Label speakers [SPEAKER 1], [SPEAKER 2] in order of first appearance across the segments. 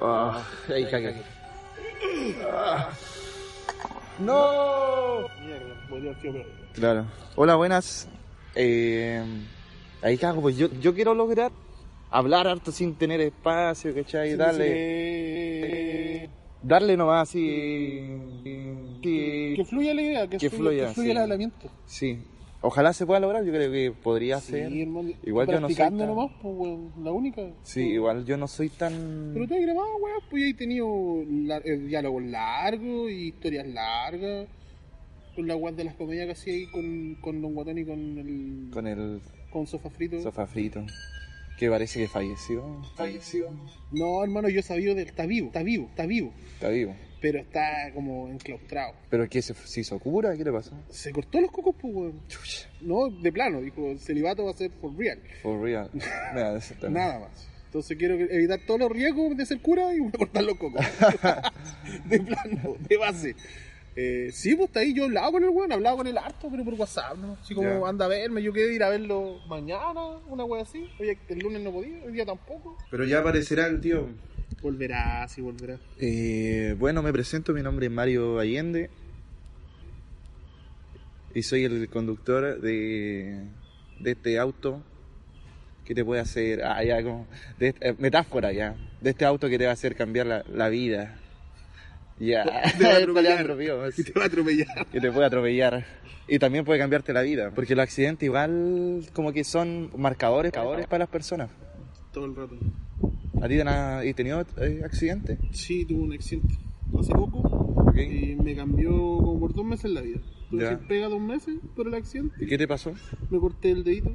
[SPEAKER 1] Ah, ahí cagué. Ah. ¡No!
[SPEAKER 2] Mierda, volvió el tío Brother.
[SPEAKER 1] Claro. Hola, buenas. Eh, ahí cago, pues yo, yo quiero lograr hablar harto sin tener espacio, ¿cachai? Darle,
[SPEAKER 2] Sí.
[SPEAKER 1] darle nomás así. Sí.
[SPEAKER 2] eh, Que fluya la idea, que,
[SPEAKER 1] Que
[SPEAKER 2] fluya,
[SPEAKER 1] fluya,
[SPEAKER 2] que fluya
[SPEAKER 1] sí.
[SPEAKER 2] el hablamiento.
[SPEAKER 1] Sí. Ojalá se pueda lograr, yo creo que podría ser.
[SPEAKER 2] Sí, hermano.
[SPEAKER 1] Igual yo no soy
[SPEAKER 2] Practicando
[SPEAKER 1] tan-
[SPEAKER 2] nomás, pues, weón, la única.
[SPEAKER 1] Sí, igual yo no soy tan.
[SPEAKER 2] Pero te he grabado, weón, pues ya he tenido la- eh, diálogos largos y historias largas. Con la weón de las comedias que hacía ahí con, con Don Guatón y con el.
[SPEAKER 1] Con el
[SPEAKER 2] con Sofá Frito.
[SPEAKER 1] sofá frito. Que parece que falleció. Falleció.
[SPEAKER 2] No, hermano, yo he sabido del. Está vivo, está vivo, está vivo.
[SPEAKER 1] Está vivo.
[SPEAKER 2] Pero está como enclaustrado.
[SPEAKER 1] ¿Pero qué? ¿Se, se hizo cura? ¿Qué le pasó?
[SPEAKER 2] Se cortó los cocos, pues, weón.
[SPEAKER 1] Chucha.
[SPEAKER 2] No, de plano, dijo, el celibato va a ser for real.
[SPEAKER 1] For real. Nada, eso está-
[SPEAKER 2] Nada más. Entonces quiero que- evitar todos los riesgos de ser cura y voy a cortar los cocos. de plano, de base. Eh, sí, pues está ahí. Yo he hablado con el weón, he hablado con el harto, pero por WhatsApp, ¿no? Así como
[SPEAKER 1] Ya.
[SPEAKER 2] anda a verme. Yo quería ir a verlo mañana, una wea así. Oye, el lunes no podía, hoy día tampoco.
[SPEAKER 1] Pero ya aparecerá el tío.
[SPEAKER 2] Volverá, sí, volverá.
[SPEAKER 1] Eh, bueno, me presento. Mi nombre es Mario Allende. Y soy el conductor de, de este auto que te puede hacer. Ah, ya, como. de este- eh, metáfora, ya. De este auto que te va a hacer cambiar la, la vida. Ya.
[SPEAKER 2] Te va a
[SPEAKER 1] El
[SPEAKER 2] atropellar.
[SPEAKER 1] Alejandro Pío, sí.
[SPEAKER 2] Y te va a atropellar.
[SPEAKER 1] que te puede atropellar. Y también puede cambiarte la vida, porque los accidentes igual como que son marcadores, marcadores para las personas.
[SPEAKER 2] Todo el rato.
[SPEAKER 1] ¿A ti te han has tenido eh, accidentes?
[SPEAKER 2] Sí, tuve un accidente hace poco
[SPEAKER 1] Ok.
[SPEAKER 2] y me cambió como por dos meses la vida. Tuve
[SPEAKER 1] Ya.
[SPEAKER 2] sin pega dos meses por el accidente.
[SPEAKER 1] ¿Y qué te pasó?
[SPEAKER 2] Me corté el dedito,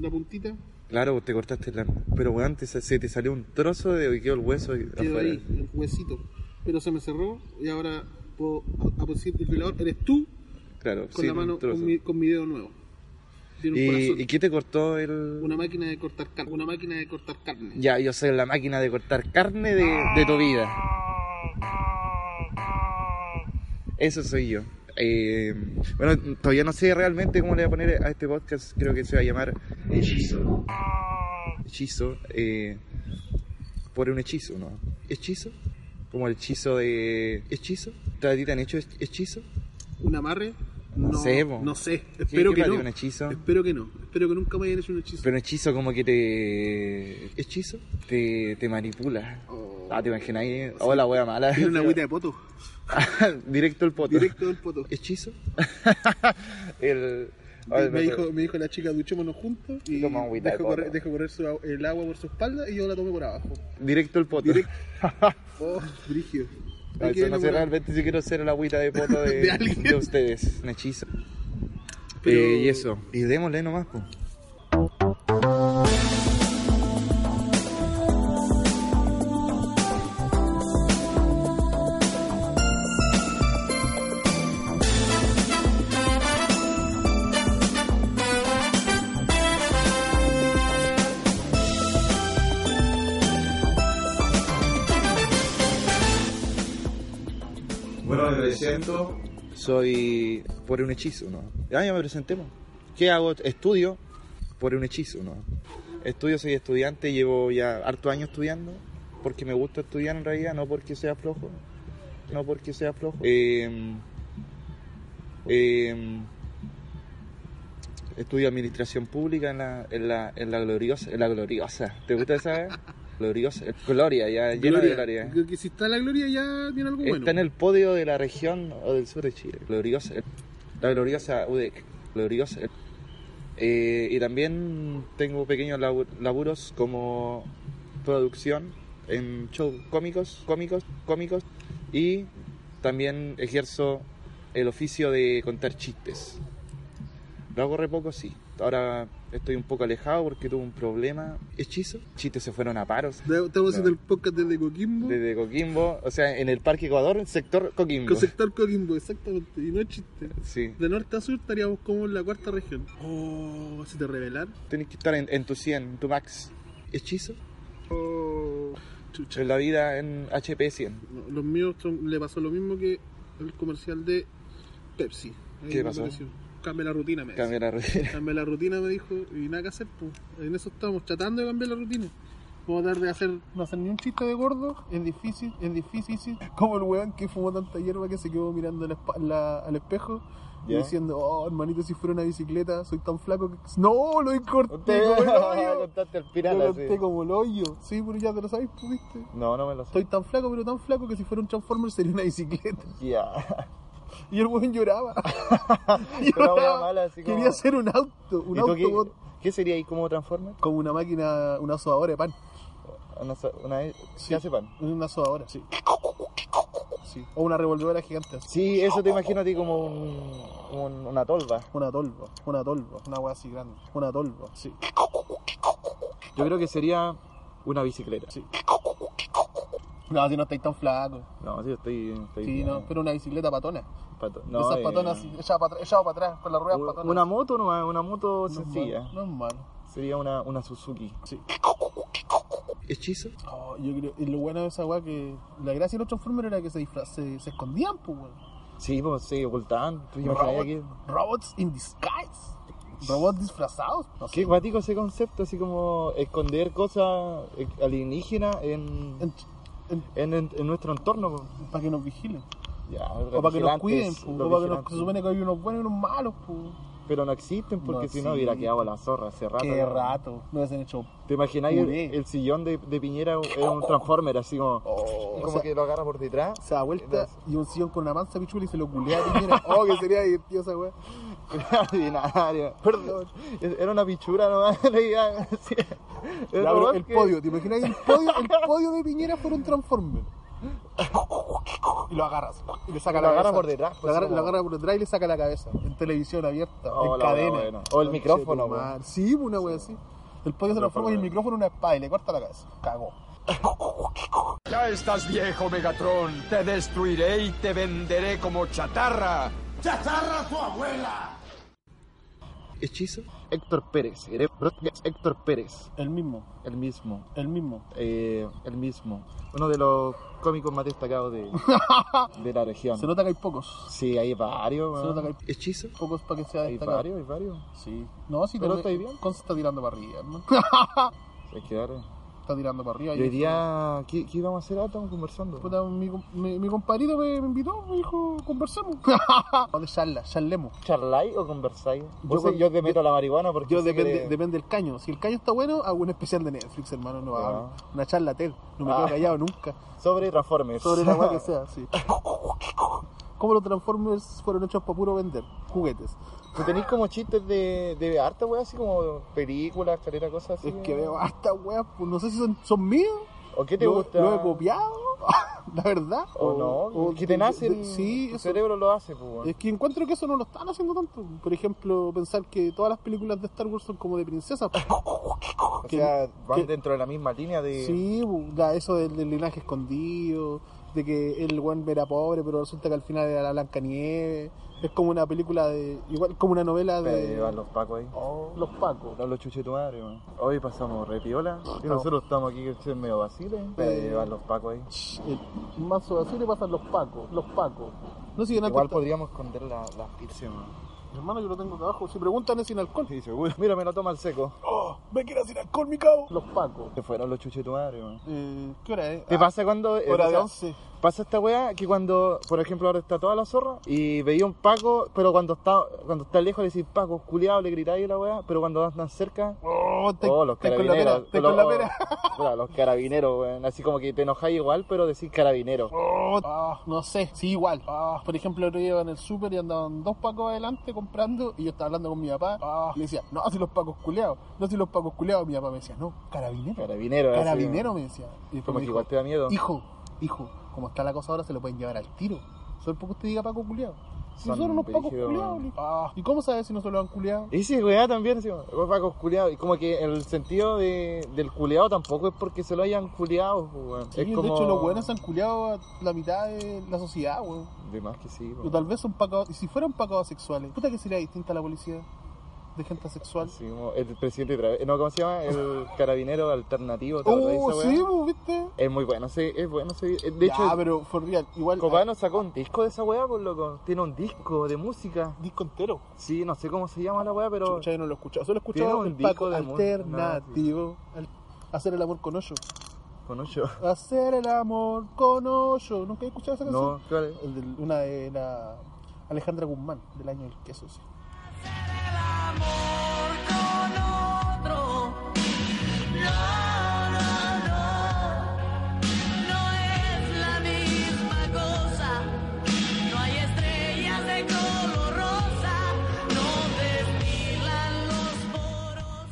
[SPEAKER 2] la puntita,
[SPEAKER 1] Claro, vos te cortaste la... Pero weón, te sa- se te salió un trozo de y quedó el hueso y-
[SPEAKER 2] quedó
[SPEAKER 1] afuera.
[SPEAKER 2] ahí, el huesito. Pero se me cerró y ahora puedo a- aparecer el violador. Eres tú
[SPEAKER 1] Claro,
[SPEAKER 2] con
[SPEAKER 1] sí,
[SPEAKER 2] la
[SPEAKER 1] un
[SPEAKER 2] mano,
[SPEAKER 1] trozo.
[SPEAKER 2] con mi, con mi dedo nuevo. Tiene un
[SPEAKER 1] ¿Y,
[SPEAKER 2] corazón.
[SPEAKER 1] ¿Y qué te cortó el...?
[SPEAKER 2] Una máquina de cortar carne. Una máquina de cortar carne.
[SPEAKER 1] Ya, yo soy la máquina de cortar carne de, de tu vida. Eso soy yo. Eh, bueno, todavía no sé realmente cómo le voy a poner a este podcast. Creo que se va a llamar Hechizo. Hechizo. eh, por un hechizo, ¿no? ¿Hechizo? Como el hechizo de... ¿Hechizo? ¿A ti te han hecho hechizo?
[SPEAKER 2] ¿Un amarre?
[SPEAKER 1] No sé, po.
[SPEAKER 2] No sé. Espero
[SPEAKER 1] qué
[SPEAKER 2] que
[SPEAKER 1] platica
[SPEAKER 2] no.
[SPEAKER 1] un hechizo?
[SPEAKER 2] Espero que no. Espero que nunca me hayan hecho un hechizo.
[SPEAKER 1] Pero un hechizo como que te... ¿Hechizo? Te, te manipula.
[SPEAKER 2] Oh.
[SPEAKER 1] Ah, te imaginas ahí. Oh, la wea mala.
[SPEAKER 2] Tiene una agüita de poto.
[SPEAKER 1] Directo el poto.
[SPEAKER 2] Directo del poto.
[SPEAKER 1] ¿Hechizo? el...
[SPEAKER 2] Me, me dijo, me dijo la chica, duchémonos juntos y
[SPEAKER 1] Toma agüita de
[SPEAKER 2] dejo correr,
[SPEAKER 1] poto.
[SPEAKER 2] dejo correr su agua- el agua por su espalda y yo la tomé por abajo.
[SPEAKER 1] Directo el poto.
[SPEAKER 2] Directo. Oh, brígido.
[SPEAKER 1] No,
[SPEAKER 2] Hay que
[SPEAKER 1] eso no
[SPEAKER 2] verlo
[SPEAKER 1] sé
[SPEAKER 2] por abajo.
[SPEAKER 1] realmente si quiero ser el agüita de poto de,
[SPEAKER 2] De alguien.
[SPEAKER 1] de ustedes. Un hechizo.
[SPEAKER 2] Pero-
[SPEAKER 1] Eh, y eso. Y démosle nomás, po. Bueno, me presento. Soy por un hechizo, ¿no? Ah, ya me presentemos. ¿Qué hago? Estudio por un hechizo, ¿no? Estudio, soy estudiante, llevo ya harto años estudiando, porque me gusta estudiar en realidad, no porque sea flojo, no porque sea flojo. Eh, eh, estudio administración pública en la, en la, en la gloriosa, en la gloriosa. ¿Te gusta esa? eh? gloriosa, gloria, ya llena de gloria.
[SPEAKER 2] Creo que si está la gloria ya tiene algo bueno.
[SPEAKER 1] Está en el podio de la región o del sur de Chile. Gloriosa. La gloriosa UDEC. Gloriosa. Eh, y también tengo pequeños labu- laburos como producción en show cómicos, cómicos, cómicos. Y también ejerzo el oficio de contar chistes. Lo hago re poco, sí. Ahora estoy un poco alejado porque tuve un problema. ¿Hechizo? Chistes se fueron a paros.
[SPEAKER 2] Estamos haciendo el podcast desde Coquimbo.
[SPEAKER 1] Desde Coquimbo, o sea, en el Parque Ecuador, el sector Coquimbo.
[SPEAKER 2] Con sector Coquimbo, exactamente. Y no es chiste.
[SPEAKER 1] Sí.
[SPEAKER 2] De norte a sur estaríamos como en la cuarta región. Oh, si te revelan.
[SPEAKER 1] Tenés que estar en, en tu 100, en tu max. Hechizo.
[SPEAKER 2] Oh, chucha.
[SPEAKER 1] En la vida en HP 100.
[SPEAKER 2] No, los míos son- le pasó lo mismo que el comercial de Pepsi. Ahí
[SPEAKER 1] ¿Qué
[SPEAKER 2] me
[SPEAKER 1] pasó?
[SPEAKER 2] apareció. Cambia la rutina, me decía.
[SPEAKER 1] Cambia la rutina.
[SPEAKER 2] Cambié la rutina, me dijo, y nada que hacer, pues. En eso estamos, tratando de cambiar la rutina. Como tratar de hacer, no hacer ni un chiste de gordo, es difícil, es difícil. Como el weón que fumó tanta hierba que se quedó mirando la espa- la- al espejo y
[SPEAKER 1] Ya.
[SPEAKER 2] diciendo, oh, hermanito, si fuera una bicicleta, soy tan flaco que... ¡No, lo corté como el hoyo!
[SPEAKER 1] Contaste el
[SPEAKER 2] Lo
[SPEAKER 1] pirata,
[SPEAKER 2] corté como el hoyo. Sí, pero ya te lo sabes, pues, ¿viste?
[SPEAKER 1] No, no me lo sé.
[SPEAKER 2] Estoy tan flaco, pero tan flaco que si fuera un Transformer sería una bicicleta.
[SPEAKER 1] Ya.
[SPEAKER 2] Y el weón lloraba.
[SPEAKER 1] Una
[SPEAKER 2] Lloraba.
[SPEAKER 1] wea mala, así como-
[SPEAKER 2] Quería hacer un auto, un
[SPEAKER 1] ¿Y tú
[SPEAKER 2] auto
[SPEAKER 1] qué,
[SPEAKER 2] bot-
[SPEAKER 1] qué sería ahí como Transformer?
[SPEAKER 2] como una máquina, una sobadora de pan.
[SPEAKER 1] Una, so- una,
[SPEAKER 2] Sí.
[SPEAKER 1] ¿Qué hace pan?
[SPEAKER 2] Una sobadora, sí. Sí. O una revolvedora gigante así.
[SPEAKER 1] Sí, eso te imagino a ti como un, un- una tolva.
[SPEAKER 2] Una tolva, una tolva, una weá así grande. Una tolva, sí. Yo creo que sería.
[SPEAKER 1] Una bicicleta.
[SPEAKER 2] Sí. No, si no estáis tan flaco.
[SPEAKER 1] No, sí, estoy... estoy
[SPEAKER 2] Sí,
[SPEAKER 1] bien.
[SPEAKER 2] no, pero una bicicleta patona.
[SPEAKER 1] Pato- no,
[SPEAKER 2] Esas
[SPEAKER 1] eh,
[SPEAKER 2] patonas así, echadas para atrás, echadas para atrás, con las ruedas
[SPEAKER 1] u-
[SPEAKER 2] patonas.
[SPEAKER 1] Una moto nomás, una moto
[SPEAKER 2] No es
[SPEAKER 1] sencilla.
[SPEAKER 2] malo, No es malo.
[SPEAKER 1] Sería una, una Suzuki.
[SPEAKER 2] Sí.
[SPEAKER 1] ¿Hechizo?
[SPEAKER 2] Oh, yo creo, y lo bueno de esa weá que la gracia de los Transformers era que se, disfra- se, se escondían, pues weón.
[SPEAKER 1] Sí, pues sí, ocultaban. ¿Tú imaginas
[SPEAKER 2] Robot-
[SPEAKER 1] que...
[SPEAKER 2] robots in disguise. Robots disfrazados. No
[SPEAKER 1] Qué
[SPEAKER 2] sé.
[SPEAKER 1] guático ese concepto, así como esconder cosas eh, alienígenas en,
[SPEAKER 2] En- en-
[SPEAKER 1] en, en- en nuestro entorno. po.
[SPEAKER 2] para que nos vigilen.
[SPEAKER 1] Ya,
[SPEAKER 2] O para que nos
[SPEAKER 1] vigilantes,
[SPEAKER 2] cuiden. po.
[SPEAKER 1] los
[SPEAKER 2] O para que nos,
[SPEAKER 1] vigilantes.
[SPEAKER 2] se supone que hay unos buenos y unos malos. pues. po.
[SPEAKER 1] Pero no existen porque
[SPEAKER 2] No
[SPEAKER 1] si no hubiera
[SPEAKER 2] existen.
[SPEAKER 1] quedado la zorra hace rato.
[SPEAKER 2] Qué
[SPEAKER 1] ¿no?
[SPEAKER 2] rato. No hubiesen hecho.
[SPEAKER 1] ¿Te imagináis el,
[SPEAKER 2] Puré.
[SPEAKER 1] el sillón de, de Piñera era un transformer así como...
[SPEAKER 2] Oh,
[SPEAKER 1] como
[SPEAKER 2] o sea,
[SPEAKER 1] que lo agarra por detrás.
[SPEAKER 2] se da vuelta
[SPEAKER 1] Entonces-
[SPEAKER 2] y un sillón con una mansa pichula y se lo culea a Piñera. Oh, que sería divertido esa weá.
[SPEAKER 1] Ordinario.
[SPEAKER 2] Perdón.
[SPEAKER 1] Era una pichura nomás. no iba así.
[SPEAKER 2] Ya,
[SPEAKER 1] El
[SPEAKER 2] pero
[SPEAKER 1] robot
[SPEAKER 2] el
[SPEAKER 1] que-
[SPEAKER 2] podio, ¿te imaginas el podio, el podio de Piñera fuera un Transformer? Y lo agarras. Y le saca
[SPEAKER 1] Lo
[SPEAKER 2] la
[SPEAKER 1] agarra
[SPEAKER 2] cabeza.
[SPEAKER 1] por detrás,
[SPEAKER 2] Lo
[SPEAKER 1] pues,
[SPEAKER 2] agarra,
[SPEAKER 1] como-
[SPEAKER 2] lo agarra por detrás y le saca la cabeza. En televisión abierta,
[SPEAKER 1] Oh, la
[SPEAKER 2] en cadena.
[SPEAKER 1] buena, buena. O el micrófono,
[SPEAKER 2] Conchetumar. Sí, pues, una wea así. El podio se transforma y el micrófono en una espada y le corta la cabeza. Cagó.
[SPEAKER 3] Ya estás viejo, Megatron. Te destruiré y te venderé como chatarra.
[SPEAKER 1] Hechizo. Héctor Pérez. Ere- Héctor Pérez.
[SPEAKER 2] El mismo,
[SPEAKER 1] El mismo.
[SPEAKER 2] el mismo.
[SPEAKER 1] eh, el mismo. Uno de los cómicos más destacados de, de la región.
[SPEAKER 2] Se nota que hay pocos.
[SPEAKER 1] Sí, hay varios.
[SPEAKER 2] Se
[SPEAKER 1] weón.
[SPEAKER 2] nota que hay
[SPEAKER 1] Ah, ¿Hechizo?
[SPEAKER 2] pocos para que sea
[SPEAKER 1] Hay
[SPEAKER 2] destacado.
[SPEAKER 1] varios, hay varios.
[SPEAKER 2] Sí. No, sí,
[SPEAKER 1] Pero
[SPEAKER 2] donde-
[SPEAKER 1] estoy bien.
[SPEAKER 2] Conce está tirando para arriba, hermano.
[SPEAKER 1] Hay que darle.
[SPEAKER 2] Está tirando para arriba.
[SPEAKER 1] Y hoy día, ¿qué, qué íbamos a hacer? Ah, estamos conversando.
[SPEAKER 2] Puta, mi, com- mi, mi compadrito me, me invitó, me dijo, conversemos. Vamos de charla, charlemos.
[SPEAKER 1] ¿Charláis o conversáis? Yo,
[SPEAKER 2] Yo con-
[SPEAKER 1] yo te meto la marihuana porque.
[SPEAKER 2] Yo
[SPEAKER 1] sé que
[SPEAKER 2] depende,
[SPEAKER 1] te-
[SPEAKER 2] depende del caño. Si el caño está bueno, hago un especial de Netflix, hermano. No
[SPEAKER 1] Ya.
[SPEAKER 2] hago una charla TED. No me
[SPEAKER 1] Ah.
[SPEAKER 2] quedo callado nunca.
[SPEAKER 1] Sobre Transformers.
[SPEAKER 2] Sobre la weá que sea, sí. ¿Cómo los Transformers fueron hechos para puro vender? Juguetes.
[SPEAKER 1] ¿Tú tenéis como chistes de, de arte, wey? Así como películas, calera, cosas así.
[SPEAKER 2] Es que veo hasta weas, pues, no sé si son, son míos.
[SPEAKER 1] ¿O qué te
[SPEAKER 2] lo,
[SPEAKER 1] gusta?
[SPEAKER 2] Lo he copiado, la verdad.
[SPEAKER 1] ¿O, no?
[SPEAKER 2] o-
[SPEAKER 1] que te nace el,
[SPEAKER 2] Sí,
[SPEAKER 1] tu
[SPEAKER 2] eso.
[SPEAKER 1] cerebro lo hace, pues, weón.
[SPEAKER 2] Es que encuentro que eso no lo están haciendo tanto. Por ejemplo, pensar que todas las películas de Star Wars son como de princesas.
[SPEAKER 1] O sea, van
[SPEAKER 2] que-
[SPEAKER 1] dentro de la misma línea de.
[SPEAKER 2] Sí, bu, da eso del, del linaje escondido, de que el buen era pobre, pero resulta que al final era la Blanca Nieve. Es como una película de. Igual, como una novela
[SPEAKER 1] Espérate,
[SPEAKER 2] de. Oh,
[SPEAKER 1] van los pacos ahí.
[SPEAKER 2] Los Pacos.
[SPEAKER 1] Los, los chuches tu madre, weón. Hoy pasamos repiola. Y nosotros estamos aquí que se medio vacile. Espérate, van los pacos ahí.
[SPEAKER 2] Ch, El mazo así le pasan los Pacos, los Pacos. No siguen
[SPEAKER 1] Igual
[SPEAKER 2] alcohol.
[SPEAKER 1] podríamos esconder la- las pizzas, weón.
[SPEAKER 2] Hermano, yo lo tengo acá abajo. Si preguntan es sin alcohol.
[SPEAKER 1] Sí, seguro. Mira, me lo toma el seco.
[SPEAKER 2] ¡Oh! ¡Me queda sin alcohol, mi cabo! Los Pacos.
[SPEAKER 1] Se fueron los chuches tu madre, weón.
[SPEAKER 2] Eh, ¿Qué hora es?
[SPEAKER 1] ¿Te
[SPEAKER 2] Ah,
[SPEAKER 1] pasa cuando.? eh,
[SPEAKER 2] Hora
[SPEAKER 1] o
[SPEAKER 2] de
[SPEAKER 1] sea,
[SPEAKER 2] 11.
[SPEAKER 1] Pasa esta weá que cuando, por ejemplo, ahora está toda la zorra y veía un Paco, pero cuando está cuando está lejos le decís Paco, culiado, le gritáis a la weá, pero cuando andan cerca,
[SPEAKER 2] ¡Oh! Te,
[SPEAKER 1] oh, los
[SPEAKER 2] te con la pera,
[SPEAKER 1] carabineros.
[SPEAKER 2] te
[SPEAKER 1] los,
[SPEAKER 2] con la pera.
[SPEAKER 1] puta, los carabineros, weón. Así como que te enojáis igual, pero decís carabineros.
[SPEAKER 2] Oh, ah, no sé, sí, igual. Ah, por ejemplo, el otro día iba en el súper y andaban dos pacos adelante comprando y yo estaba hablando con mi papá. Ah, le decía, no, si los pacos culeados, no, si los pacos culeados. Mi papá me decía, no, carabinero.
[SPEAKER 1] Carabineros, así,
[SPEAKER 2] carabinero, me decía. Y después
[SPEAKER 1] Ah, Como que
[SPEAKER 2] me dijo,
[SPEAKER 1] igual te da miedo.
[SPEAKER 2] Hijo, hijo, como está la cosa ahora, se lo pueden llevar al tiro. Solo porque usted diga paco culeado. Si
[SPEAKER 1] Son
[SPEAKER 2] son unos pacos
[SPEAKER 1] brígidos,
[SPEAKER 2] culeados.
[SPEAKER 1] man.
[SPEAKER 2] le- Ah, ¿y cómo sabes si no se lo han culeado?
[SPEAKER 1] Y sí, weá también, sí, los Pacos culiados. Y como que el sentido de, del culiado tampoco es porque se lo hayan culiado, pues, weón.
[SPEAKER 2] Sí,
[SPEAKER 1] es como...
[SPEAKER 2] De hecho, los buenos se han culeado a la mitad de la sociedad, weón.
[SPEAKER 1] De más que sí,
[SPEAKER 2] O
[SPEAKER 1] weón.
[SPEAKER 2] tal vez son pacos, y si fueran pacos asexuales, puta que sería distinta la policía de gente asexual.
[SPEAKER 1] Así como el presidente, tra- no, ¿cómo se llama? El carabinero alternativo, ¿te acordás de
[SPEAKER 2] Oh,
[SPEAKER 1] esa weá?
[SPEAKER 2] sí, pues, ¿viste?
[SPEAKER 1] Es muy bueno, sí, es bueno. Sí. De
[SPEAKER 2] ya,
[SPEAKER 1] hecho,
[SPEAKER 2] pero for real, igual
[SPEAKER 1] Copano sacó un disco de esa weá, por loco. Tiene un disco de música.
[SPEAKER 2] ah, disco entero.
[SPEAKER 1] Sí, no sé cómo se llama la weá, pero.
[SPEAKER 2] Chucha, yo no lo he escuchado, solo he
[SPEAKER 1] Tiene
[SPEAKER 2] escuchado
[SPEAKER 1] un
[SPEAKER 2] el
[SPEAKER 1] disco
[SPEAKER 2] Paco
[SPEAKER 1] de música,
[SPEAKER 2] alternativo. al- Hacer el amor con hoyo.
[SPEAKER 4] Con ocho.
[SPEAKER 2] Hacer el amor con hoyo. ¿Nunca he escuchado esa
[SPEAKER 4] No,
[SPEAKER 2] canción?
[SPEAKER 4] ¿cuál es?
[SPEAKER 2] El del- Una de la Alejandra Guzmán, del año del queso. sí.
[SPEAKER 5] amor con otro. No, no, no. No es la misma cosa. No hay estrellas de color rosa. No desfilan los poros.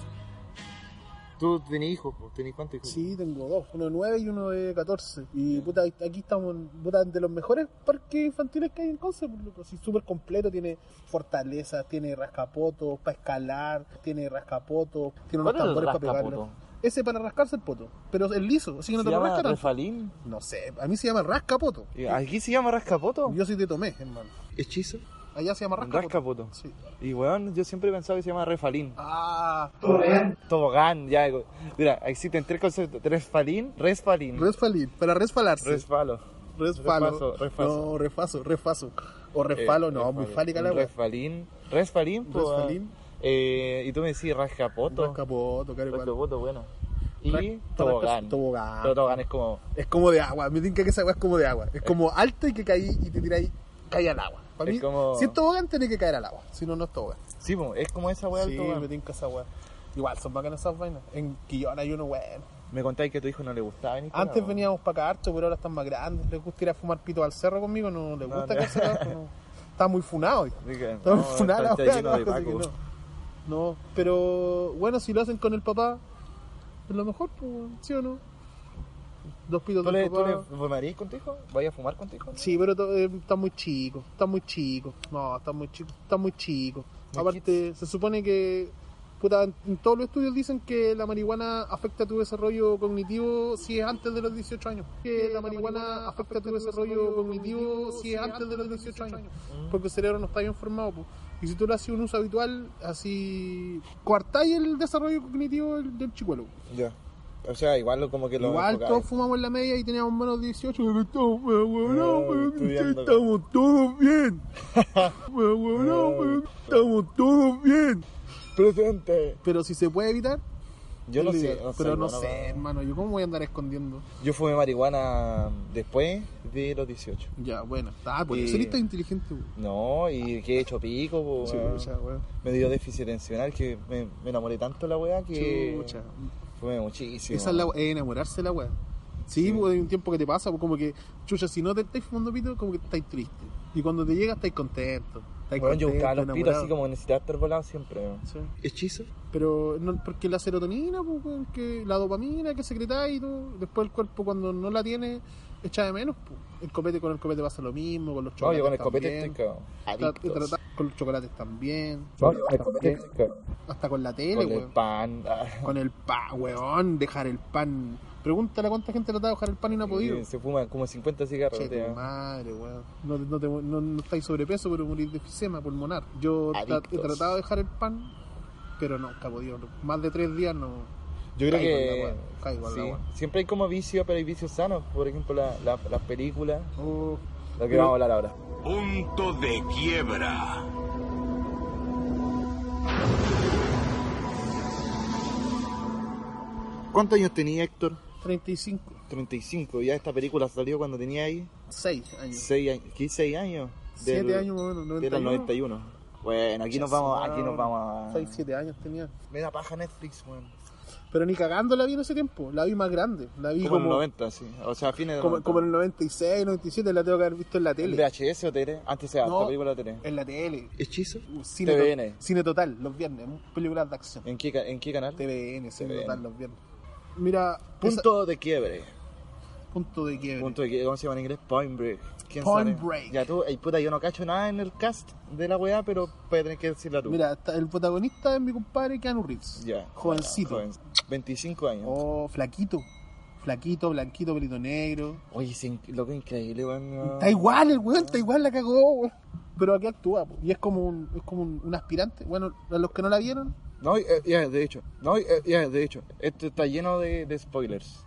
[SPEAKER 4] Tú tenés hijos, po, tenés cuántos hijos.
[SPEAKER 2] Sí, tengo dos, uno de 9 y uno de 14. Y puta, aquí estamos en- puta, de los mejores parques infantiles que hay en Conce, por loco. Sí, súper completo, tiene fortalezas, tiene rascapotos para escalar, tiene rascapotos, tiene unos
[SPEAKER 1] ¿Cuál es el
[SPEAKER 2] tambores para pegarlo.
[SPEAKER 1] rascapoto?
[SPEAKER 2] Ese para rascarse el poto, pero es liso, así que no
[SPEAKER 1] ¿Se
[SPEAKER 2] te lo
[SPEAKER 1] llama
[SPEAKER 2] rascan.
[SPEAKER 1] refalín?
[SPEAKER 2] No sé, a mí se llama rascapoto.
[SPEAKER 1] Eh, ¿Aquí se llama rascapoto?
[SPEAKER 2] Yo soy de Tomé, hermano.
[SPEAKER 4] ¿Hechizo?
[SPEAKER 2] Allá se llama rascapoto.
[SPEAKER 1] Rascapoto.
[SPEAKER 2] Sí.
[SPEAKER 1] Y weón, yo siempre he pensado que se llama refalín.
[SPEAKER 2] Ah,
[SPEAKER 1] Tobogán, ya. go- Mira, existen tres conceptos. Refalín, resfalín.
[SPEAKER 2] resfalir, para resfalarse.
[SPEAKER 1] Resfalo.
[SPEAKER 2] Resfalo.
[SPEAKER 1] Refaso, refaso.
[SPEAKER 2] No, refaso, refaso. O refalo,
[SPEAKER 1] Eh,
[SPEAKER 2] no, muy
[SPEAKER 1] resfalín.
[SPEAKER 2] fálica la
[SPEAKER 1] Un
[SPEAKER 2] wea.
[SPEAKER 1] Resfalín. Resfalín, po, weón.
[SPEAKER 2] Resfalín.
[SPEAKER 1] Eh, y tú me decís rascapoto.
[SPEAKER 2] Rescapó, tocar igual.
[SPEAKER 1] Rascapoto, bueno. Y
[SPEAKER 2] Ras-
[SPEAKER 1] tobogán.
[SPEAKER 2] tobogán.
[SPEAKER 1] Pero tobogán es como.
[SPEAKER 2] Es como de agua, me tinca que esa agua es como de agua. Es como alta y que caí y te tiráis, caí al agua. Para
[SPEAKER 1] Es
[SPEAKER 2] mí,
[SPEAKER 1] como-
[SPEAKER 2] si Eh. es tobogán, tiene que caer al agua. Si no, no es tobogán.
[SPEAKER 1] Sí, po, es como esa weá del
[SPEAKER 2] sí,
[SPEAKER 1] tobogán.
[SPEAKER 2] me tinca esa agua. Igual, son bacanas esas vainas. En Quillón hay uno bueno.
[SPEAKER 1] Me contáis que a tu hijo no le gustaba venir.
[SPEAKER 2] Antes
[SPEAKER 1] venía
[SPEAKER 2] veníamos para acá harto, pero ahora están más grandes. Les gusta ir a fumar pito al cerro conmigo, no les gusta
[SPEAKER 1] no.
[SPEAKER 2] acá cerro, no. Está muy funado. dijo.
[SPEAKER 1] Dije,
[SPEAKER 2] Está
[SPEAKER 1] no,
[SPEAKER 2] muy funado la
[SPEAKER 1] está- está
[SPEAKER 2] wea,
[SPEAKER 1] lleno
[SPEAKER 2] ¿no?
[SPEAKER 1] de
[SPEAKER 2] Así que
[SPEAKER 1] Paco.
[SPEAKER 2] no. No, pero bueno, si lo hacen con el papá, es lo mejor, pues, ¿sí o no? Dos pitos
[SPEAKER 1] ¿Tú
[SPEAKER 2] del
[SPEAKER 1] le,
[SPEAKER 2] papá.
[SPEAKER 1] ¿Tú le fumarías contigo? ¿Vais a fumar contigo?
[SPEAKER 2] Sí, pero to- eh, está muy chico, está muy chico. No, está muy chico, está muy chico.
[SPEAKER 1] Muy
[SPEAKER 2] Aparte, se supone que puta, en en todos los estudios dicen que la marihuana afecta tu desarrollo cognitivo si es antes de los 18 años. Que la marihuana afecta tu desarrollo cognitivo si es antes de los 18 años. Porque el cerebro no está bien formado. po. Y si tú lo haces un uso habitual, así coartáis el desarrollo cognitivo del, del chicuelo.
[SPEAKER 1] Ya. O sea, igual lo- como que lo.
[SPEAKER 2] Igual
[SPEAKER 1] enfocáis.
[SPEAKER 2] todos fumamos en la media y teníamos menos 18. pero Estamos, pero, weón, no,
[SPEAKER 1] No,
[SPEAKER 2] weón,
[SPEAKER 1] estudiando.
[SPEAKER 2] estamos todos bien. Pero, weón, no, weón, estamos todos bien.
[SPEAKER 1] Presente.
[SPEAKER 2] Pero si se puede evitar,
[SPEAKER 1] Yo no
[SPEAKER 2] es lo
[SPEAKER 1] sé.
[SPEAKER 2] ideal.
[SPEAKER 1] no sé,
[SPEAKER 2] pero no
[SPEAKER 1] bueno,
[SPEAKER 2] sé, hermano. Yo cómo voy a andar escondiendo.
[SPEAKER 1] Yo fumé marihuana después de los 18.
[SPEAKER 2] Ya, bueno. Ah, por
[SPEAKER 1] Y-
[SPEAKER 2] eso eres tan inteligente. weón.
[SPEAKER 1] No, y que he hecho pico, po, weón.
[SPEAKER 2] Chucha, weón.
[SPEAKER 1] Me dio déficit atencional que me, me enamoré tanto de la weá que.
[SPEAKER 2] Chucha.
[SPEAKER 1] Fumé muchísimo.
[SPEAKER 2] Esa es la es enamorarse de la weá. Sí, porque hay un tiempo que te pasa, pues, como que, chucha, si no te estáis fumando pito, como que estáis triste. Y cuando te llega, estáis contento. Estáis
[SPEAKER 1] Weón, yo
[SPEAKER 2] contento,
[SPEAKER 1] buscaba los pitos
[SPEAKER 2] enamorado.
[SPEAKER 1] así como necesitaba estar volado siempre. weón.
[SPEAKER 2] Sí.
[SPEAKER 4] ¿Hechizo?
[SPEAKER 2] Pero no, porque la serotonina, pues, weón, que la dopamina que secretáis y todo, después el cuerpo cuando no la tiene echa de menos. Pues. El copete con el copete pasa lo mismo, con los
[SPEAKER 1] No,
[SPEAKER 2] chocolates.
[SPEAKER 1] yo con el copete
[SPEAKER 2] también.
[SPEAKER 1] estoy cagado.
[SPEAKER 2] Tra- tratar con los chocolates también,
[SPEAKER 1] No, yo con el copete estoy cagado.
[SPEAKER 2] hasta con la tele,
[SPEAKER 1] Con el
[SPEAKER 2] weón.
[SPEAKER 1] pan. ah.
[SPEAKER 2] Con el pan, weón, dejar el pan. Pregúntale a cuánta gente trata de dejar el pan y no ha podido.
[SPEAKER 1] Y Se fuma como 50 cigarros.
[SPEAKER 2] Che,
[SPEAKER 1] te da.
[SPEAKER 2] tu madre, weón. No, te- no, te- no- no estáis sobrepeso, pero morís de fisema pulmonar. Yo tra- he
[SPEAKER 1] Adictos.
[SPEAKER 2] tratado de dejar el pan, pero nunca he podido. Más de tres días no,
[SPEAKER 1] Yo creo
[SPEAKER 2] Caigo
[SPEAKER 1] que
[SPEAKER 2] en la wea, caigo en la
[SPEAKER 1] sí.
[SPEAKER 2] wea.
[SPEAKER 1] siempre hay como vicios, pero hay vicios sanos. Por ejemplo, la- la- las películas,
[SPEAKER 2] Oh,
[SPEAKER 1] lo que
[SPEAKER 2] Pero-
[SPEAKER 1] vamos a hablar ahora.
[SPEAKER 6] Punto de quiebra.
[SPEAKER 4] ¿Cuántos años tenía Héctor?
[SPEAKER 2] 35,
[SPEAKER 1] 35, ya esta película salió cuando tenía ahí
[SPEAKER 2] 6 años.
[SPEAKER 1] 6 años, 15 años.
[SPEAKER 2] 7 años más o menos,
[SPEAKER 1] Del
[SPEAKER 2] 91.
[SPEAKER 1] 91. Bueno, aquí nos vamos, aquí nos vamos a...
[SPEAKER 2] 6, 7 años tenía.
[SPEAKER 1] Me da paja Netflix, weón.
[SPEAKER 2] Pero ni cagando la vi en ese tiempo, la vi más grande. La vi
[SPEAKER 1] Como,
[SPEAKER 2] como,
[SPEAKER 1] en el 90, sí. O sea, fines de
[SPEAKER 2] como, como en el 96, 97, la tengo que haber visto en la
[SPEAKER 1] el
[SPEAKER 2] tele.
[SPEAKER 1] VHS o tele, antes sea,
[SPEAKER 2] No.
[SPEAKER 1] esta película tele.
[SPEAKER 2] En la tele.
[SPEAKER 4] ¿Hechizo?
[SPEAKER 2] Cine,
[SPEAKER 1] TVN.
[SPEAKER 2] cine total, los viernes, películas de acción.
[SPEAKER 1] ¿En qué, ca- en qué canal?
[SPEAKER 2] TVN, cine
[SPEAKER 1] TVN.
[SPEAKER 2] total, los viernes. Mira,
[SPEAKER 1] Punto de quiebre.
[SPEAKER 2] esa- punto de quiebre.
[SPEAKER 1] Punto de quiebre, ¿cómo se llama en inglés? Point Break. ¿Quién
[SPEAKER 2] Point
[SPEAKER 1] sabe?
[SPEAKER 2] Break.
[SPEAKER 1] Ya tú, ay, puta, yo no cacho nada en el cast de la weá, pero voy a tener que decirla tú.
[SPEAKER 2] Mira, está- el protagonista es mi compadre Keanu Reeves.
[SPEAKER 1] Ya.
[SPEAKER 2] Jovencito.
[SPEAKER 1] Joven. 25 años.
[SPEAKER 2] Oh, flaquito. Flaquito, blanquito, pelito negro.
[SPEAKER 1] Oye, es inc- loco increíble, weón.
[SPEAKER 2] Está igual el weón, está igual la cagó, weón. Pero aquí actúa, po, y es como un, es como un, un aspirante. Bueno, a los que no la vieron,
[SPEAKER 1] No, eh, ya, de hecho. No, eh, ya, de hecho. Esto está lleno de, de spoilers.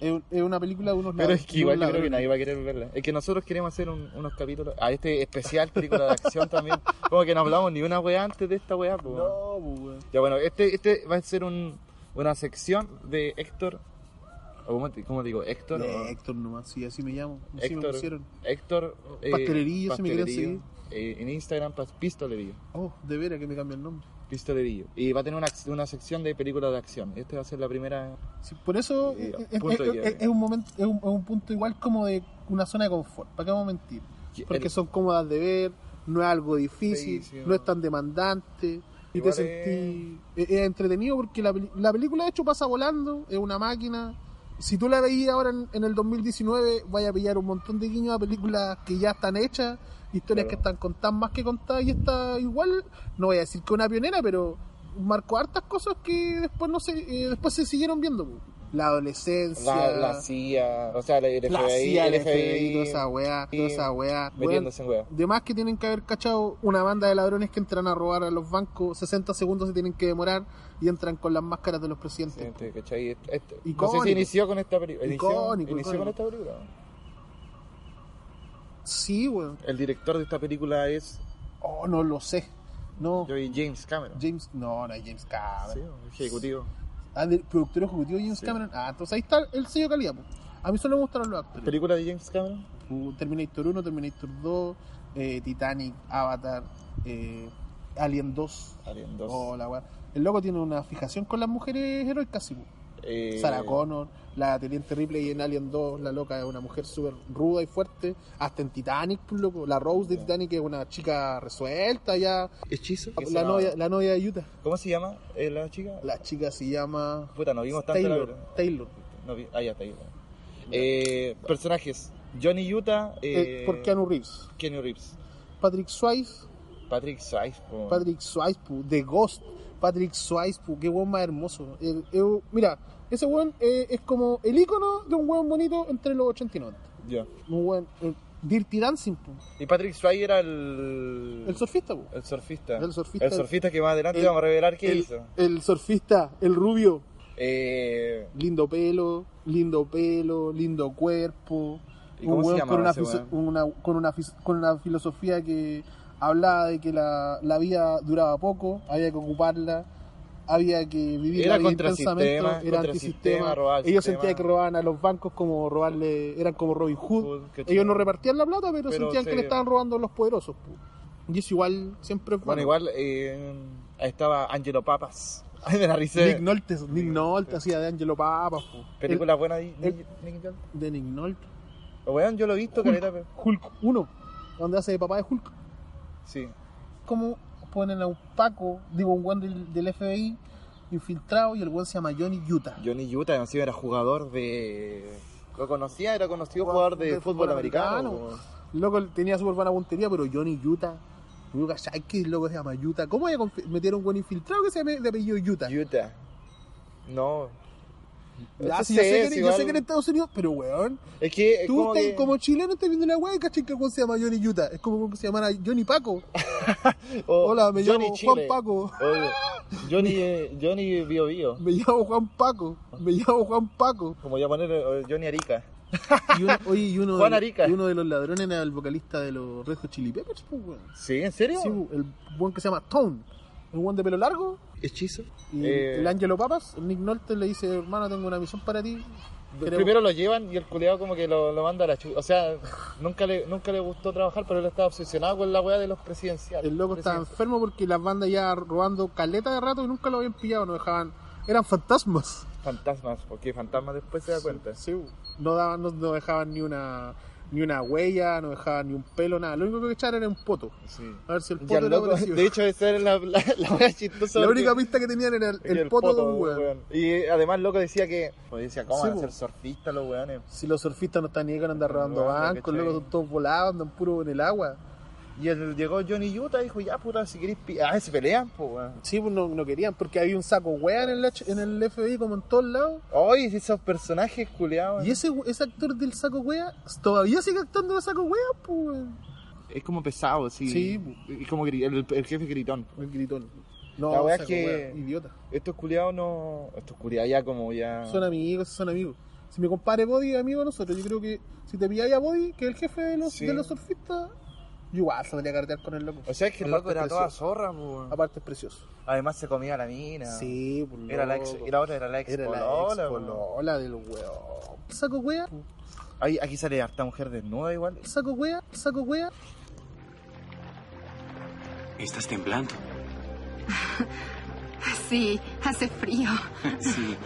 [SPEAKER 2] es, un- es una película de unos
[SPEAKER 1] Pero
[SPEAKER 2] lab-
[SPEAKER 1] es que
[SPEAKER 2] de
[SPEAKER 1] igual
[SPEAKER 2] unos
[SPEAKER 1] yo creo que nadie
[SPEAKER 2] ladrones.
[SPEAKER 1] va a querer verla. Es que nosotros queremos hacer un- unos capítulos a este especial película de acción también. Como que no hablamos ni una weá antes de esta weá, po.
[SPEAKER 2] No, po, weón.
[SPEAKER 1] Ya bueno, este, este va a ser un, una sección de Héctor. o ¿Cómo te, cómo te digo? Héctor.
[SPEAKER 2] No, Héctor nomás, sí, así me llamo. Así me
[SPEAKER 1] Héctor.
[SPEAKER 2] pusieron.
[SPEAKER 1] Héctor. eh,
[SPEAKER 2] Pastelerillo, si me quieren seguir.
[SPEAKER 1] eh, en Instagram, pas- Pistolerillo.
[SPEAKER 2] Oh, de veras que me cambian el nombre.
[SPEAKER 1] Pistolerillo. Y va a tener una, ac- una sección de películas de acción. Esta va a ser la primera.
[SPEAKER 2] Sí, por eso
[SPEAKER 1] Ya,
[SPEAKER 2] es, es-
[SPEAKER 1] punto
[SPEAKER 2] es-
[SPEAKER 1] de quiebre.
[SPEAKER 2] es un momento, es, un, es un punto igual como de una zona de confort, ¿para qué vamos a mentir?
[SPEAKER 1] Y
[SPEAKER 2] Porque
[SPEAKER 1] el-
[SPEAKER 2] son cómodas de ver, no es algo difícil,
[SPEAKER 1] Sí, sí,
[SPEAKER 2] no es tan demandante, y te
[SPEAKER 1] Igual
[SPEAKER 2] sentí es... eh, es entretenido porque la, peli- la película de hecho pasa volando, es una máquina. Si tú la veías ahora en, en el 2019, vaya a pillar un montón de guiños a películas que ya están hechas, historias que están contadas más que contadas, y está igual, no voy a decir que una pionera, pero marcó hartas cosas que después no se, eh, después se siguieron viendo. po. La adolescencia,
[SPEAKER 1] La, la CIA, o sea, el FBI,
[SPEAKER 2] la CIA, el FBI, toda
[SPEAKER 1] FBI,
[SPEAKER 2] esa weá, toda esa weá.
[SPEAKER 1] metiéndose en weá.
[SPEAKER 2] De más que tienen que haber cachado una banda de ladrones que entran a robar a los bancos, 60 segundos se tienen que demorar y entran con las máscaras de los presidentes.
[SPEAKER 1] Gente, ¿cachai? Este- este- no sé
[SPEAKER 2] Icónico.
[SPEAKER 1] si inició con esta película. Inició,
[SPEAKER 2] Icónico,
[SPEAKER 1] inició con
[SPEAKER 2] icónico.
[SPEAKER 1] esta película.
[SPEAKER 2] Sí, weón.
[SPEAKER 1] El director de esta película es
[SPEAKER 2] Oh, no lo sé. No,
[SPEAKER 1] yo, James Cameron.
[SPEAKER 2] James, no, no es James Cameron.
[SPEAKER 1] Sí, un ejecutivo.
[SPEAKER 2] Ah, del productor ejecutivo James Cameron. Ah, entonces ahí está el sello de calidad, po. A mí solo me gustaron los actores.
[SPEAKER 1] ¿Película de James Cameron?
[SPEAKER 2] Uh, Terminator 1, Terminator 2, eh, Titanic, Avatar, eh, Alien 2.
[SPEAKER 1] Alien 2.
[SPEAKER 2] Oh, la weá. El loco tiene una fijación con las mujeres heroicas, sí, po.
[SPEAKER 1] Eh,
[SPEAKER 2] Sarah Connor, la Teniente Ripley en Alien 2, la loca es una mujer súper ruda y fuerte. Hasta en Titanic, pues, loco. La Rose de Titanic es una chica resuelta ya.
[SPEAKER 7] Hechizo.
[SPEAKER 1] se
[SPEAKER 2] La
[SPEAKER 1] llama?
[SPEAKER 2] novia, la novia de Utah.
[SPEAKER 1] ¿Cómo se llama eh, la chica?
[SPEAKER 2] La chica se llama.
[SPEAKER 1] Puta, no vimos tanto la
[SPEAKER 2] Taylor.
[SPEAKER 1] verdad.
[SPEAKER 2] Taylor.
[SPEAKER 1] No vi- Ah, ya está ahí. Eh, personajes. Johnny Utah. Eh,
[SPEAKER 2] Eh, por Keanu Reeves.
[SPEAKER 1] Keanu Reeves.
[SPEAKER 2] Patrick Swayze.
[SPEAKER 1] Patrick Swayze. po.
[SPEAKER 2] Patrick Swayze, pu, The Ghost. Patrick Swayze, pu, qué weón más hermoso. El- el- mira, ese weón eh, es como el ícono de un weón bonito entre los 80 y 90.
[SPEAKER 1] Ya.
[SPEAKER 2] Un weón. eh, Dirty Dancing, pu,
[SPEAKER 1] Y Patrick Swayze era el...
[SPEAKER 2] el surfista, pu.
[SPEAKER 1] el surfista.
[SPEAKER 2] El surfista.
[SPEAKER 1] El surfista que más adelante
[SPEAKER 2] El-
[SPEAKER 1] vamos a revelar qué
[SPEAKER 2] el,
[SPEAKER 1] hizo.
[SPEAKER 2] el surfista, el rubio,
[SPEAKER 1] Eh,
[SPEAKER 2] lindo pelo, lindo pelo, lindo cuerpo.
[SPEAKER 1] ¿Y cómo se
[SPEAKER 2] weón
[SPEAKER 1] llamaba
[SPEAKER 2] con una,
[SPEAKER 1] ese
[SPEAKER 2] fiso-
[SPEAKER 1] weón?
[SPEAKER 2] una- con, una fis- con una filosofía que hablaba de que la, la vida duraba poco, había que ocuparla, había que vivir
[SPEAKER 1] Era
[SPEAKER 2] la vida
[SPEAKER 1] contra el
[SPEAKER 2] intensamente,
[SPEAKER 1] sistema,
[SPEAKER 2] era
[SPEAKER 1] contra el
[SPEAKER 2] antisistema.
[SPEAKER 1] sistema, robaba el
[SPEAKER 2] Ellos
[SPEAKER 1] sistema.
[SPEAKER 2] sentían que robaban a los bancos como robarle, eran como Robin Hood.
[SPEAKER 1] Hood, que
[SPEAKER 2] Ellos no
[SPEAKER 1] chingón.
[SPEAKER 2] repartían la plata, pero,
[SPEAKER 1] Pero
[SPEAKER 2] sentían que
[SPEAKER 1] sí.
[SPEAKER 2] le estaban robando a los poderosos. pu. Y eso igual siempre fue
[SPEAKER 1] bueno, igual eh, ahí estaba Angelo Papas. de la risa.
[SPEAKER 2] Nick Nolte, Nick Nolte hacía de Angelo Papa, pu.
[SPEAKER 1] Película buena de Nick- Nick Nolte.
[SPEAKER 2] El- de Nick Nolte.
[SPEAKER 1] Weón, yo lo he visto, caleta, pero-
[SPEAKER 2] Hulk 1, donde hace de papá de Hulk.
[SPEAKER 1] Sí.
[SPEAKER 2] ¿Cómo ponen a un Paco, digo, un weón del, del FBI infiltrado y el weón se llama Johnny Utah?
[SPEAKER 1] Johnny Utah encima era jugador de. Lo conocía, era conocido jugador de, fútbol, americano.
[SPEAKER 2] Loco, tenía súper buena puntería, pero Johnny Utah. Yo cachai que el loco se llama Utah. ¿Cómo voy a confi- meter a un buen infiltrado que se llame de apellido Utah?
[SPEAKER 1] Utah. No. Ese
[SPEAKER 2] Ya, Ah, sí, yo, sé que,
[SPEAKER 1] es
[SPEAKER 2] en- yo
[SPEAKER 1] igual-
[SPEAKER 2] sé que en Estados Unidos, pero weón,
[SPEAKER 1] Es que. es
[SPEAKER 2] tú
[SPEAKER 1] como
[SPEAKER 2] estás
[SPEAKER 1] que-
[SPEAKER 2] como chileno, estás viendo la weá y cachai que el weón se llama Johnny Utah. Es como que se llamara Johnny Paco.
[SPEAKER 1] o
[SPEAKER 2] Hola, me
[SPEAKER 1] Oh, Johnny
[SPEAKER 2] llamo
[SPEAKER 1] Chile.
[SPEAKER 2] Juan Paco.
[SPEAKER 1] Oye, Johnny, eh, Johnny Bio Bio.
[SPEAKER 2] Me llamo Juan Paco. Me llamo Juan Paco.
[SPEAKER 1] Como ya poner eh, Johnny Arica.
[SPEAKER 2] Y uno, oye, y uno,
[SPEAKER 1] Juan
[SPEAKER 2] de,
[SPEAKER 1] Arica.
[SPEAKER 2] y uno de los ladrones era el vocalista de los Red Hot Chili Peppers, pues, weón.
[SPEAKER 1] ¿Sí? ¿En serio?
[SPEAKER 2] Sí, pues, el buen que se llama Tone, el buen de pelo largo.
[SPEAKER 7] Hechizo.
[SPEAKER 2] Y
[SPEAKER 1] Eh.
[SPEAKER 2] el Angelo Papas, el Nick Nolte le dice, hermano, tengo una misión para ti. Queremos-
[SPEAKER 1] Primero lo llevan y el culeado como que lo, lo manda a la chucha. O sea, nunca le, nunca le gustó trabajar, pero él estaba obsesionado con la weá de los presidenciales.
[SPEAKER 2] El loco estaba
[SPEAKER 1] Presidenciales.
[SPEAKER 2] enfermo porque las bandas ya robando caleta de rato y nunca lo habían pillado, no dejaban... Eran fantasmas.
[SPEAKER 1] Fantasmas, porque fantasmas después se da cuenta.
[SPEAKER 2] Sí, pues. no, daban, no, no dejaban ni una ni una huella, no dejaban ni un pelo, nada. Lo único que echaban era un poto.
[SPEAKER 1] Sí.
[SPEAKER 2] A ver si el
[SPEAKER 1] Y
[SPEAKER 2] poto
[SPEAKER 1] al
[SPEAKER 2] era
[SPEAKER 1] loco,
[SPEAKER 2] parecido.
[SPEAKER 1] de hecho, esa era la, la, la wea chistosa.
[SPEAKER 2] La
[SPEAKER 1] porque-
[SPEAKER 2] única pista que tenían era el,
[SPEAKER 1] que
[SPEAKER 2] el poto, de un weón.
[SPEAKER 1] weón. Y eh, además, loco decía que. Pues decía, ¿cómo
[SPEAKER 2] Sí,
[SPEAKER 1] van a
[SPEAKER 2] po.
[SPEAKER 1] ser surfistas los weones?
[SPEAKER 2] Si los surfistas no están ni ahí con andar robando
[SPEAKER 1] Robando,
[SPEAKER 2] bancos,
[SPEAKER 1] ¿cachai?
[SPEAKER 2] luego son todos volados, andan puro en el agua.
[SPEAKER 1] Y el, llegó Johnny Utah y dijo, ya puta, si queréis. pi- Ah, se pelean, pues weón.
[SPEAKER 2] Sí, pues no, no querían, porque había un saco wea en el, H- en el FBI como en todos lados.
[SPEAKER 1] Oye, esos personajes culeados.
[SPEAKER 2] Y ese, ese actor del saco wea todavía sigue actuando de saco wea, pues. weón.
[SPEAKER 1] Es como pesado, sí.
[SPEAKER 2] Sí,
[SPEAKER 1] Es como gri- el, el jefe gritón.
[SPEAKER 2] El gritón. No,
[SPEAKER 1] La wea es
[SPEAKER 2] saco
[SPEAKER 1] que-
[SPEAKER 2] wea, idiota.
[SPEAKER 1] Estos culeados no. Estos culeados ya como ya.
[SPEAKER 2] Son amigos, son amigos. Si me compare Body es amigo de nosotros, yo creo que si te pilláis a Body, que es el jefe de los,
[SPEAKER 1] Sí.
[SPEAKER 2] de los surfistas, Yo igual saldría a carretear con el loco.
[SPEAKER 1] O sea, es que el
[SPEAKER 2] Aparte
[SPEAKER 1] loco era
[SPEAKER 2] es
[SPEAKER 1] toda
[SPEAKER 2] precioso.
[SPEAKER 1] zorra, po.
[SPEAKER 2] Aparte es precioso.
[SPEAKER 1] Además se comía la mina.
[SPEAKER 2] Sí, por
[SPEAKER 1] Era la ex-
[SPEAKER 2] loco.
[SPEAKER 1] y la otra era la ex
[SPEAKER 2] Era la
[SPEAKER 1] polola,
[SPEAKER 2] ex
[SPEAKER 1] po.
[SPEAKER 2] polola del weón. Saco wea,
[SPEAKER 1] Ahí- aquí sale harta mujer desnuda igual.
[SPEAKER 2] saco wea, saco wea.
[SPEAKER 8] Estás temblando.
[SPEAKER 9] Sí, hace frío.
[SPEAKER 8] Sí.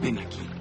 [SPEAKER 8] Ven aquí.